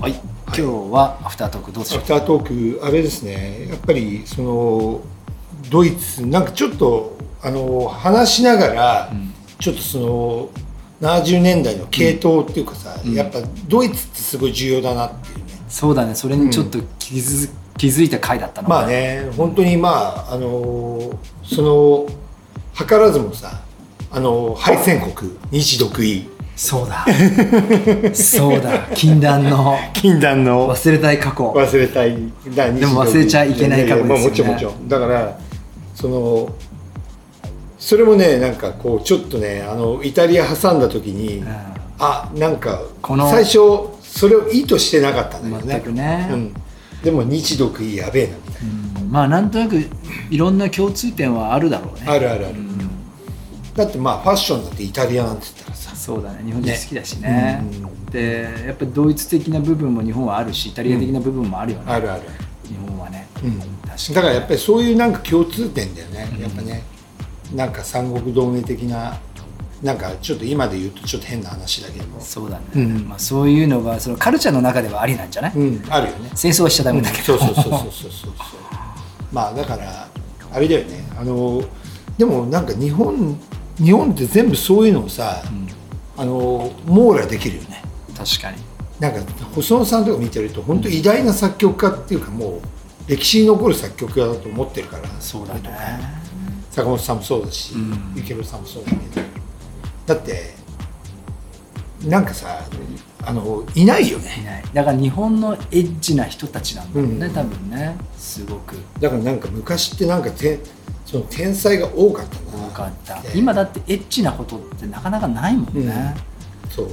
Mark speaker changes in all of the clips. Speaker 1: はい、今日はアフタートークどうでしょ
Speaker 2: ア
Speaker 1: う
Speaker 2: フタートークあれですねやっぱりそのドイツなんかちょっとあの話しながら、ちょっとその70年代の系統っていうかさ、やっぱドイツってすごい重要だなっていうね
Speaker 1: そうだねそれにちょっと気づ,、気づいた回だったの
Speaker 2: まあね本当にまああのその図らずもさあの敗戦国日独位
Speaker 1: そうだそう だ禁断の
Speaker 2: 禁断の
Speaker 1: 忘れたい過去
Speaker 2: 忘れたいだ
Speaker 1: でも忘れちゃいけない過去ですよね
Speaker 2: ややまあもちろんもちろんだからそのそれもねなんかこうちょっとねあのイタリア挟んだ時に、
Speaker 1: ん
Speaker 2: あなんか
Speaker 1: この
Speaker 2: 最初それを意図してなかったんだよね
Speaker 1: 全くね
Speaker 2: うん、でも日独いいやべえなみたい
Speaker 1: うんまあなんとなくいろんな共通点はあるだろうね
Speaker 2: な、あるあるある、だってまあファッションだってイタリアなんて言ったらさ
Speaker 1: そうだね日本人好きだしね
Speaker 2: ねうん
Speaker 1: でやっぱドイツ的な部分も日本はあるしイタリア的な部分もあるよね、
Speaker 2: あるある
Speaker 1: 日本はね、
Speaker 2: うん
Speaker 1: 確かに
Speaker 2: だからやっぱりそういうなんか共通点だよね、やっぱねなんか三国同盟的ななんかちょっと今で言うとちょっと変な話だけども
Speaker 1: そうだね、
Speaker 2: うん
Speaker 1: まあ、そういうのがそのカルチャーの中ではありなんじゃない、
Speaker 2: うんあるよね
Speaker 1: 戦争はしちゃダメだけ
Speaker 2: そ
Speaker 1: ど、
Speaker 2: うそうそうそうそうそうまあだからあれだよねあのでもなんか日本日本って全部そういうのをさ、あの網羅できるよね
Speaker 1: 確かに
Speaker 2: なんか細野さんとか見てると本当偉大な作曲家っていうかもう歴史に残る作曲家だと思ってるから
Speaker 1: そうだね
Speaker 2: 坂本さんもそうだし、
Speaker 1: ん
Speaker 2: 池村さんもそうだけどだってなんかさあのいないよね
Speaker 1: いないだから日本のエッジな人たちなんだよね、
Speaker 2: うん
Speaker 1: 多分ねすごく
Speaker 2: だからなんか昔ってなんかてその天才が多かったな
Speaker 1: 多かった、
Speaker 2: ね
Speaker 1: 今だってエッジなことってなかなかないもんね、
Speaker 2: そう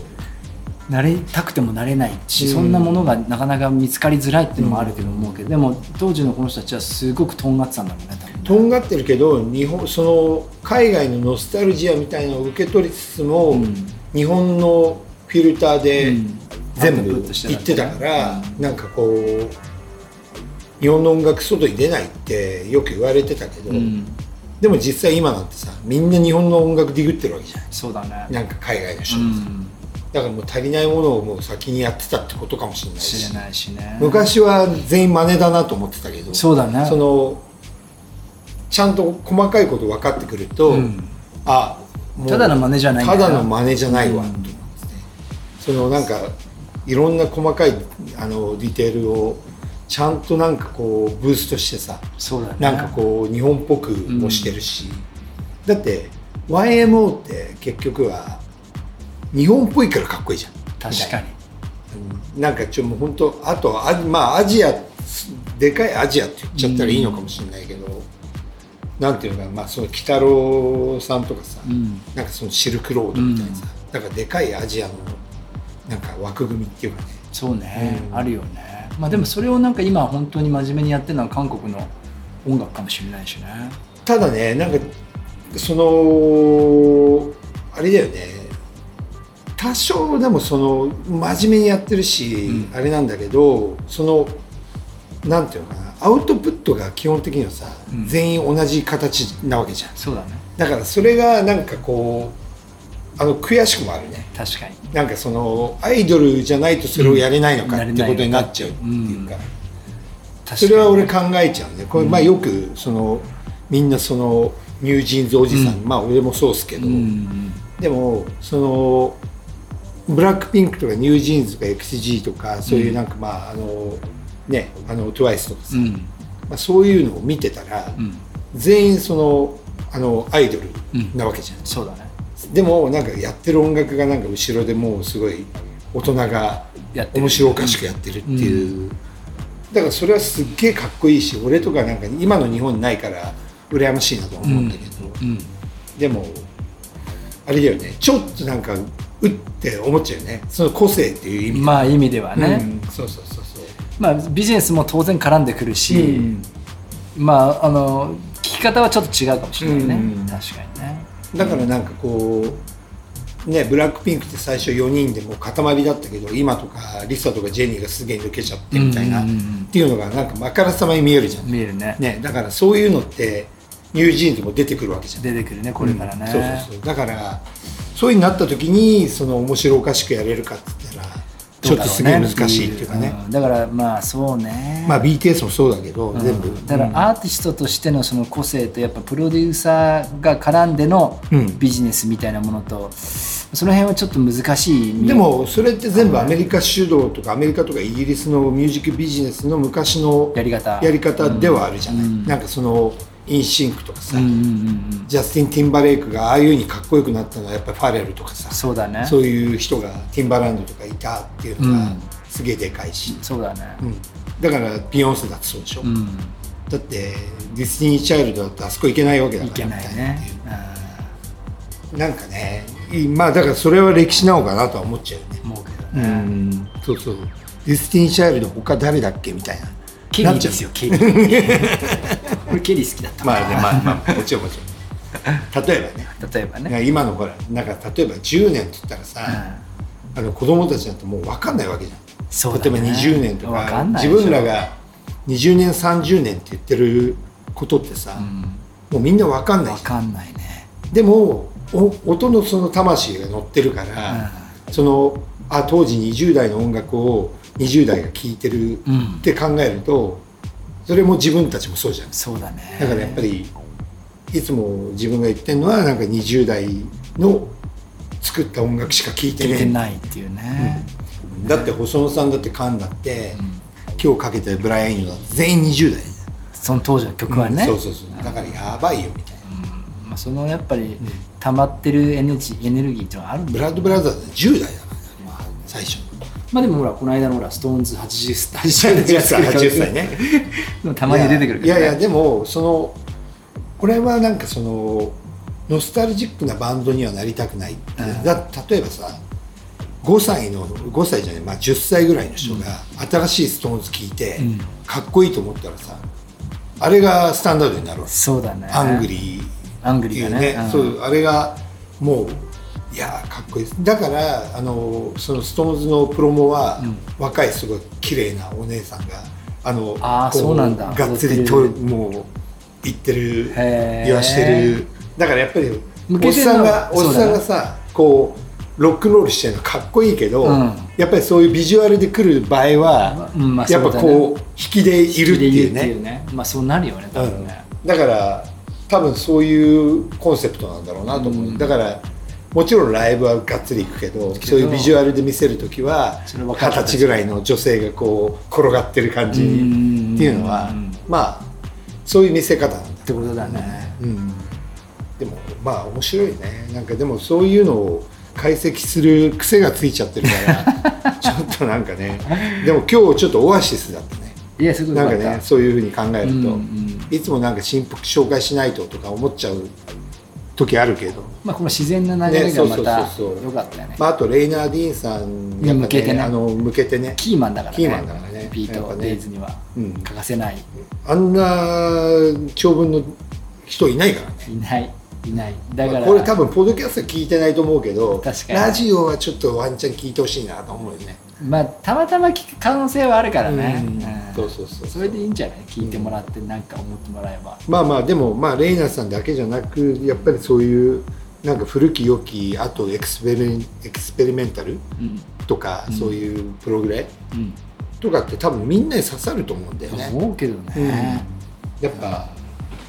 Speaker 1: 慣れたくても慣れないし、
Speaker 2: うん
Speaker 1: そんなものがなかなか見つかりづらいっていうのもあるけど思うけど、でも当時のこの人たちはすごくとんがってたんだろうね多分ね
Speaker 2: とんがってるけど日本その海外のノスタルジアみたいのを受け取りつつも、
Speaker 1: うん
Speaker 2: 日本のフィルター
Speaker 1: う
Speaker 2: で
Speaker 1: ん
Speaker 2: 全
Speaker 1: アウト
Speaker 2: 部
Speaker 1: プットしてた
Speaker 2: 言ってたから、なんかこう日本の音楽外に出ないってよく言われてたけど、
Speaker 1: うん
Speaker 2: でも実際今なんてさみんな日本の音楽ディグってるわけじゃない
Speaker 1: そうだね
Speaker 2: なんか海外の人、
Speaker 1: うん
Speaker 2: だからもう足りないものをもう先にやってたってことかもしれないし
Speaker 1: 知れないしね
Speaker 2: 昔は全員真似だなと思ってたけど
Speaker 1: そうだね
Speaker 2: そのちゃんと細かいこと分かってくると、
Speaker 1: うん
Speaker 2: あもう
Speaker 1: ただの真似じゃないんだ
Speaker 2: た
Speaker 1: な
Speaker 2: だの真似じゃないわ、
Speaker 1: うん
Speaker 2: と思ってそのなんかいろんな細かいあのディテールをちゃんとなんかこうブーストしてさ
Speaker 1: そうだね
Speaker 2: なんかこう日本っぽくもしてるし、だって YMO って結局は日本っぽいからかっこいいじゃん
Speaker 1: 確かに
Speaker 2: なんかちょもう本当あとあまあアジアでかいアジアって言っちゃったらいいのかもしれないけど、なんていうのかなまあその鬼太郎さんとかさ、
Speaker 1: うん
Speaker 2: なんかそのシルクロードみたいなさ、なんかでかいアジアのなんか枠組みっていうかね
Speaker 1: そうね、
Speaker 2: うん
Speaker 1: あるよねまあでもそれをなんか今本当に真面目にやってるのは韓国の音楽かもしれないしね
Speaker 2: ただねなんかそのあれだよね多少でもその真面目にやってるし、あれなんだけどそのなんていうのかなアウトプットが基本的にはさ、
Speaker 1: うん
Speaker 2: 全員同じ形なわけじゃん
Speaker 1: そうだね
Speaker 2: だからそれがなんかこうあの悔しくもあるね
Speaker 1: 確かに
Speaker 2: なんかそのアイドルじゃないとそれをやれないのかってことになっちゃうっていうか、
Speaker 1: 確かに
Speaker 2: それは俺考えちゃうねこれ、まあよくそのみんなそのニュージーンズおじさん、まあ俺もそうですけど、
Speaker 1: うん
Speaker 2: でもそのブラックピンクとかニュージーンズとか XG とかそういうなんかまああのねあの TWICE とか
Speaker 1: う
Speaker 2: さ、
Speaker 1: ん
Speaker 2: まあ、そういうのを見てたら、
Speaker 1: うん
Speaker 2: 全員そのあのアイドルなわけじゃん、
Speaker 1: そうだね
Speaker 2: でもなんかやってる音楽がなんか後ろでもうすごい大人が
Speaker 1: やってる
Speaker 2: 面白おかしくやってるっていう、だからそれはすっげえかっこいいし俺とかなんか今の日本にないから羨ましいなとは思ったけど、
Speaker 1: うん
Speaker 2: でもあれだよねちょっとなんかうって思っちゃうよねその個性っていう意味で、
Speaker 1: まあ意味ではね、
Speaker 2: うんそうそうそうそう
Speaker 1: まあビジネスも当然絡んでくるし、
Speaker 2: うん
Speaker 1: まああの聞き方はちょっと違うかもしれないね、
Speaker 2: うん
Speaker 1: 確かにね
Speaker 2: だからなんかこうねブラックピンクって最初4人でもう塊だったけど今とかリサとかジェニーがすげえ抜けちゃってみたいな、
Speaker 1: うんうんうん
Speaker 2: っていうのがなんかまからさまに見えるじゃん、
Speaker 1: 見えるね
Speaker 2: ね、だからそういうのってニュージーンズも出てくるわけじゃん
Speaker 1: 出てくるねこれからね、
Speaker 2: うんそうそうそうだからそういうになった時にその面白おかしくやれるかって言ったらちょっとすげえ難しいっていうかね
Speaker 1: んだからまあそうね
Speaker 2: まあ BTS もそうだけど、
Speaker 1: うん
Speaker 2: 全部
Speaker 1: だからアーティストとしてのその個性とやっぱプロデューサーが絡んでの
Speaker 2: うん
Speaker 1: ビジネスみたいなものと、その辺はちょっと難しい
Speaker 2: でもそれって全部アメリカ主導とかアメリカとかイギリスのミュージックビジネスの昔の
Speaker 1: やり方
Speaker 2: やり方ではあるじゃない、
Speaker 1: うん
Speaker 2: なんかそのインシンクとかさ、
Speaker 1: うんうんうんうん
Speaker 2: ジャスティン・ティンバレイクがああいう風にかっこよくなったのはやっぱりファレルとかさ
Speaker 1: そうだね
Speaker 2: そういう人がティンバランドとかいたっていうの
Speaker 1: う
Speaker 2: が
Speaker 1: ん
Speaker 2: すげえでかいし、
Speaker 1: そうだね
Speaker 2: うんだからビヨンセだってそうでしょ、
Speaker 1: うん
Speaker 2: だってディスティニー・チャイルドだってあそこ行けないわけだ
Speaker 1: い
Speaker 2: か
Speaker 1: け
Speaker 2: ら
Speaker 1: ない
Speaker 2: みた
Speaker 1: ね
Speaker 2: っていうなんかねいいまあだからそれは歴史なのかなとは思っちゃうよね
Speaker 1: うん思うけど
Speaker 2: う
Speaker 1: ね、
Speaker 2: んそうそうディスティニー・チャイルド他誰だっけみたいな
Speaker 1: ケリーですよケリー俺ケリー好きだった
Speaker 2: まあねまあまあもちろんもちろん例えばね
Speaker 1: 例えばね、
Speaker 2: なんか今のほらなんか例えば10年って言ったらさ、あの子供たちなんてもう分かんないわけじゃん
Speaker 1: そう
Speaker 2: 例
Speaker 1: だ
Speaker 2: えば
Speaker 1: ね
Speaker 2: 20年とか
Speaker 1: わかんない
Speaker 2: 自
Speaker 1: でしょ
Speaker 2: 分らが20年30年って言ってることってさ、
Speaker 1: うん、
Speaker 2: もうみんな分かんない
Speaker 1: わかんないね、
Speaker 2: でもお音のその魂が乗ってるから、そのあ当時20代の音楽を20代が聴いてる
Speaker 1: うん、うん
Speaker 2: って考えるとそれも自分たちもそうじゃない
Speaker 1: そうだね
Speaker 2: だからやっぱりいつも自分が言ってるのはなんか20代の作った音楽しか聴いて
Speaker 1: 聞いて
Speaker 2: ね
Speaker 1: ないっていうね、
Speaker 2: えだって細野さんだってカンだって、
Speaker 1: うん
Speaker 2: 今日かけてるブライアン・イーノだって全員20代
Speaker 1: その当時の曲はね、
Speaker 2: そうそうそうだからやばいよみたいな
Speaker 1: まあ、そのやっぱり溜まってるエネルギーエネルギーっていうのはあるんだ
Speaker 2: ブ
Speaker 1: よ
Speaker 2: ラッド・ブラザーズ10代だから、まあ、最初
Speaker 1: まあでもほらこの間のほらストーンズ80
Speaker 2: 80歳80
Speaker 1: 80
Speaker 2: 歳ね
Speaker 1: でもたまに出てくるけ
Speaker 2: い
Speaker 1: ど、
Speaker 2: や
Speaker 1: ね、
Speaker 2: いやでもそのこれはなんかそのノスタルジックなバンドにはなりたくない、
Speaker 1: ん
Speaker 2: だ例えばさ5歳の5歳じゃない、まあ、10歳ぐらいの人が新しいストーンズ聞いて、
Speaker 1: うん
Speaker 2: かっこいいと思ったらさあれがスタンダードになるわけ
Speaker 1: そうだね
Speaker 2: アングリー
Speaker 1: アング
Speaker 2: って
Speaker 1: リ
Speaker 2: い
Speaker 1: ー
Speaker 2: う
Speaker 1: が
Speaker 2: ね
Speaker 1: ねん
Speaker 2: そうあれがもういやーかっこいいですだからあのそのストーンズのプロモは、
Speaker 1: うん
Speaker 2: 若いすごい綺麗なお姉さんがあの
Speaker 1: あー
Speaker 2: こ
Speaker 1: そうなんだ
Speaker 2: がっつり
Speaker 1: 踊
Speaker 2: と
Speaker 1: って
Speaker 2: もう言ってる
Speaker 1: へー
Speaker 2: 言わしてるだからやっぱり
Speaker 1: 向
Speaker 2: お
Speaker 1: け
Speaker 2: って
Speaker 1: んの
Speaker 2: さんがお
Speaker 1: そ
Speaker 2: っ
Speaker 1: うだ
Speaker 2: さ
Speaker 1: ね
Speaker 2: んがさこうロックンロールしてるのかっこいいけど、
Speaker 1: うん
Speaker 2: やっぱりそういうビジュアルで来る場合は、
Speaker 1: うんまあ
Speaker 2: やっぱ
Speaker 1: そう
Speaker 2: こう引きでいるっていうね
Speaker 1: いるまあそうなるよね多分ね、
Speaker 2: うん、だから多分そういうコンセプトなんだろうなと思う、
Speaker 1: うん
Speaker 2: だからもちろんライブはがっつり行くけどそういうビジュアルで見せる時は
Speaker 1: それ
Speaker 2: 二
Speaker 1: 分か
Speaker 2: 十
Speaker 1: った
Speaker 2: 歳ぐらいの女性がこう転がってる感じって
Speaker 1: うん
Speaker 2: いうのは
Speaker 1: うん
Speaker 2: まあそういう見せ方なんだ、
Speaker 1: ってことだね、
Speaker 2: うん、でもまあ面白いねなんかでもそういうのを解析する癖がついちゃってるから ちょっとなんかねでも今日ちょっとオアシスだったね
Speaker 1: いやすごい
Speaker 2: な
Speaker 1: よ
Speaker 2: ん
Speaker 1: か
Speaker 2: か
Speaker 1: った
Speaker 2: ねそういうふうに考えると、
Speaker 1: うんうん
Speaker 2: いつもなんか新譜紹介しないととか思っちゃう時あるけど、
Speaker 1: まあこの自然な流れ
Speaker 2: ね
Speaker 1: が
Speaker 2: そう
Speaker 1: ま
Speaker 2: そう
Speaker 1: た
Speaker 2: そうそう
Speaker 1: よかったよね
Speaker 2: まあ、あとレイナー・ディーンさん
Speaker 1: に向けてね
Speaker 2: あの向けてね
Speaker 1: キーマンだからね
Speaker 2: キーマンだからね
Speaker 1: ピー
Speaker 2: やっぱ
Speaker 1: ト・
Speaker 2: ね
Speaker 1: デイズには
Speaker 2: うん
Speaker 1: 欠かせない、
Speaker 2: あんな長文の人いないからね
Speaker 1: いないいないだから、
Speaker 2: まあこれ多分ポッドキャスト聞いてないと思うけど
Speaker 1: 確かに
Speaker 2: ラジオはちょっとワンチャン聞いてほしいなと思うよね
Speaker 1: まあたまたま聞く可能性はあるからね、
Speaker 2: うん
Speaker 1: ん
Speaker 2: そうそうそう
Speaker 1: それでいいんじゃない聞いてもらってなんか思ってもらえば、
Speaker 2: まあまあでもまあレイナーさんだけじゃなくやっぱりそういうなんか古き良きあとエクスペリエクスペリメンタル
Speaker 1: うん
Speaker 2: とか、そういうプログレ
Speaker 1: うん
Speaker 2: とかって多分みんなに刺さると思うんだよね、
Speaker 1: 思うけどね、
Speaker 2: やっぱ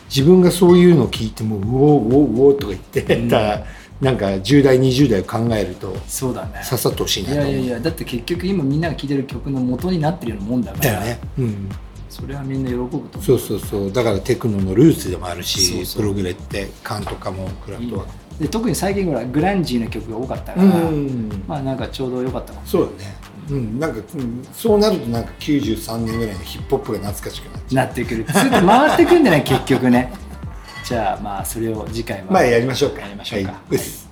Speaker 2: 自分がそういうのを聞いてもうおーおーおーとか言って
Speaker 1: うん
Speaker 2: た、なんか10代20代を考えると
Speaker 1: そうだね
Speaker 2: 刺さってほしいないと思
Speaker 1: や
Speaker 2: う
Speaker 1: いやいやだって結局今みんなが聴いてる曲の元になってるようなもんだか
Speaker 2: だ
Speaker 1: ら
Speaker 2: よね、うん、
Speaker 1: それはみんな喜ぶと思う
Speaker 2: そうそうそうだからテクノのルーツでもあるし
Speaker 1: そうそう
Speaker 2: プログレって感とかもクラフ
Speaker 1: いい
Speaker 2: ト
Speaker 1: ね
Speaker 2: は
Speaker 1: で特に最近ほらグランジーな曲が多かったか
Speaker 2: う
Speaker 1: ら、
Speaker 2: ん
Speaker 1: まあなんかちょうど良かったかも
Speaker 2: そうだねうん、なんか、うんそうなるとなんか93年ぐらいのヒップホップが懐かしくなっち
Speaker 1: な
Speaker 2: ゃ
Speaker 1: ってくるずっと回ってくんだね結局ねじゃあまあそれを次回は
Speaker 2: うまあやりましょうか
Speaker 1: やりましょうか
Speaker 2: はい、うっす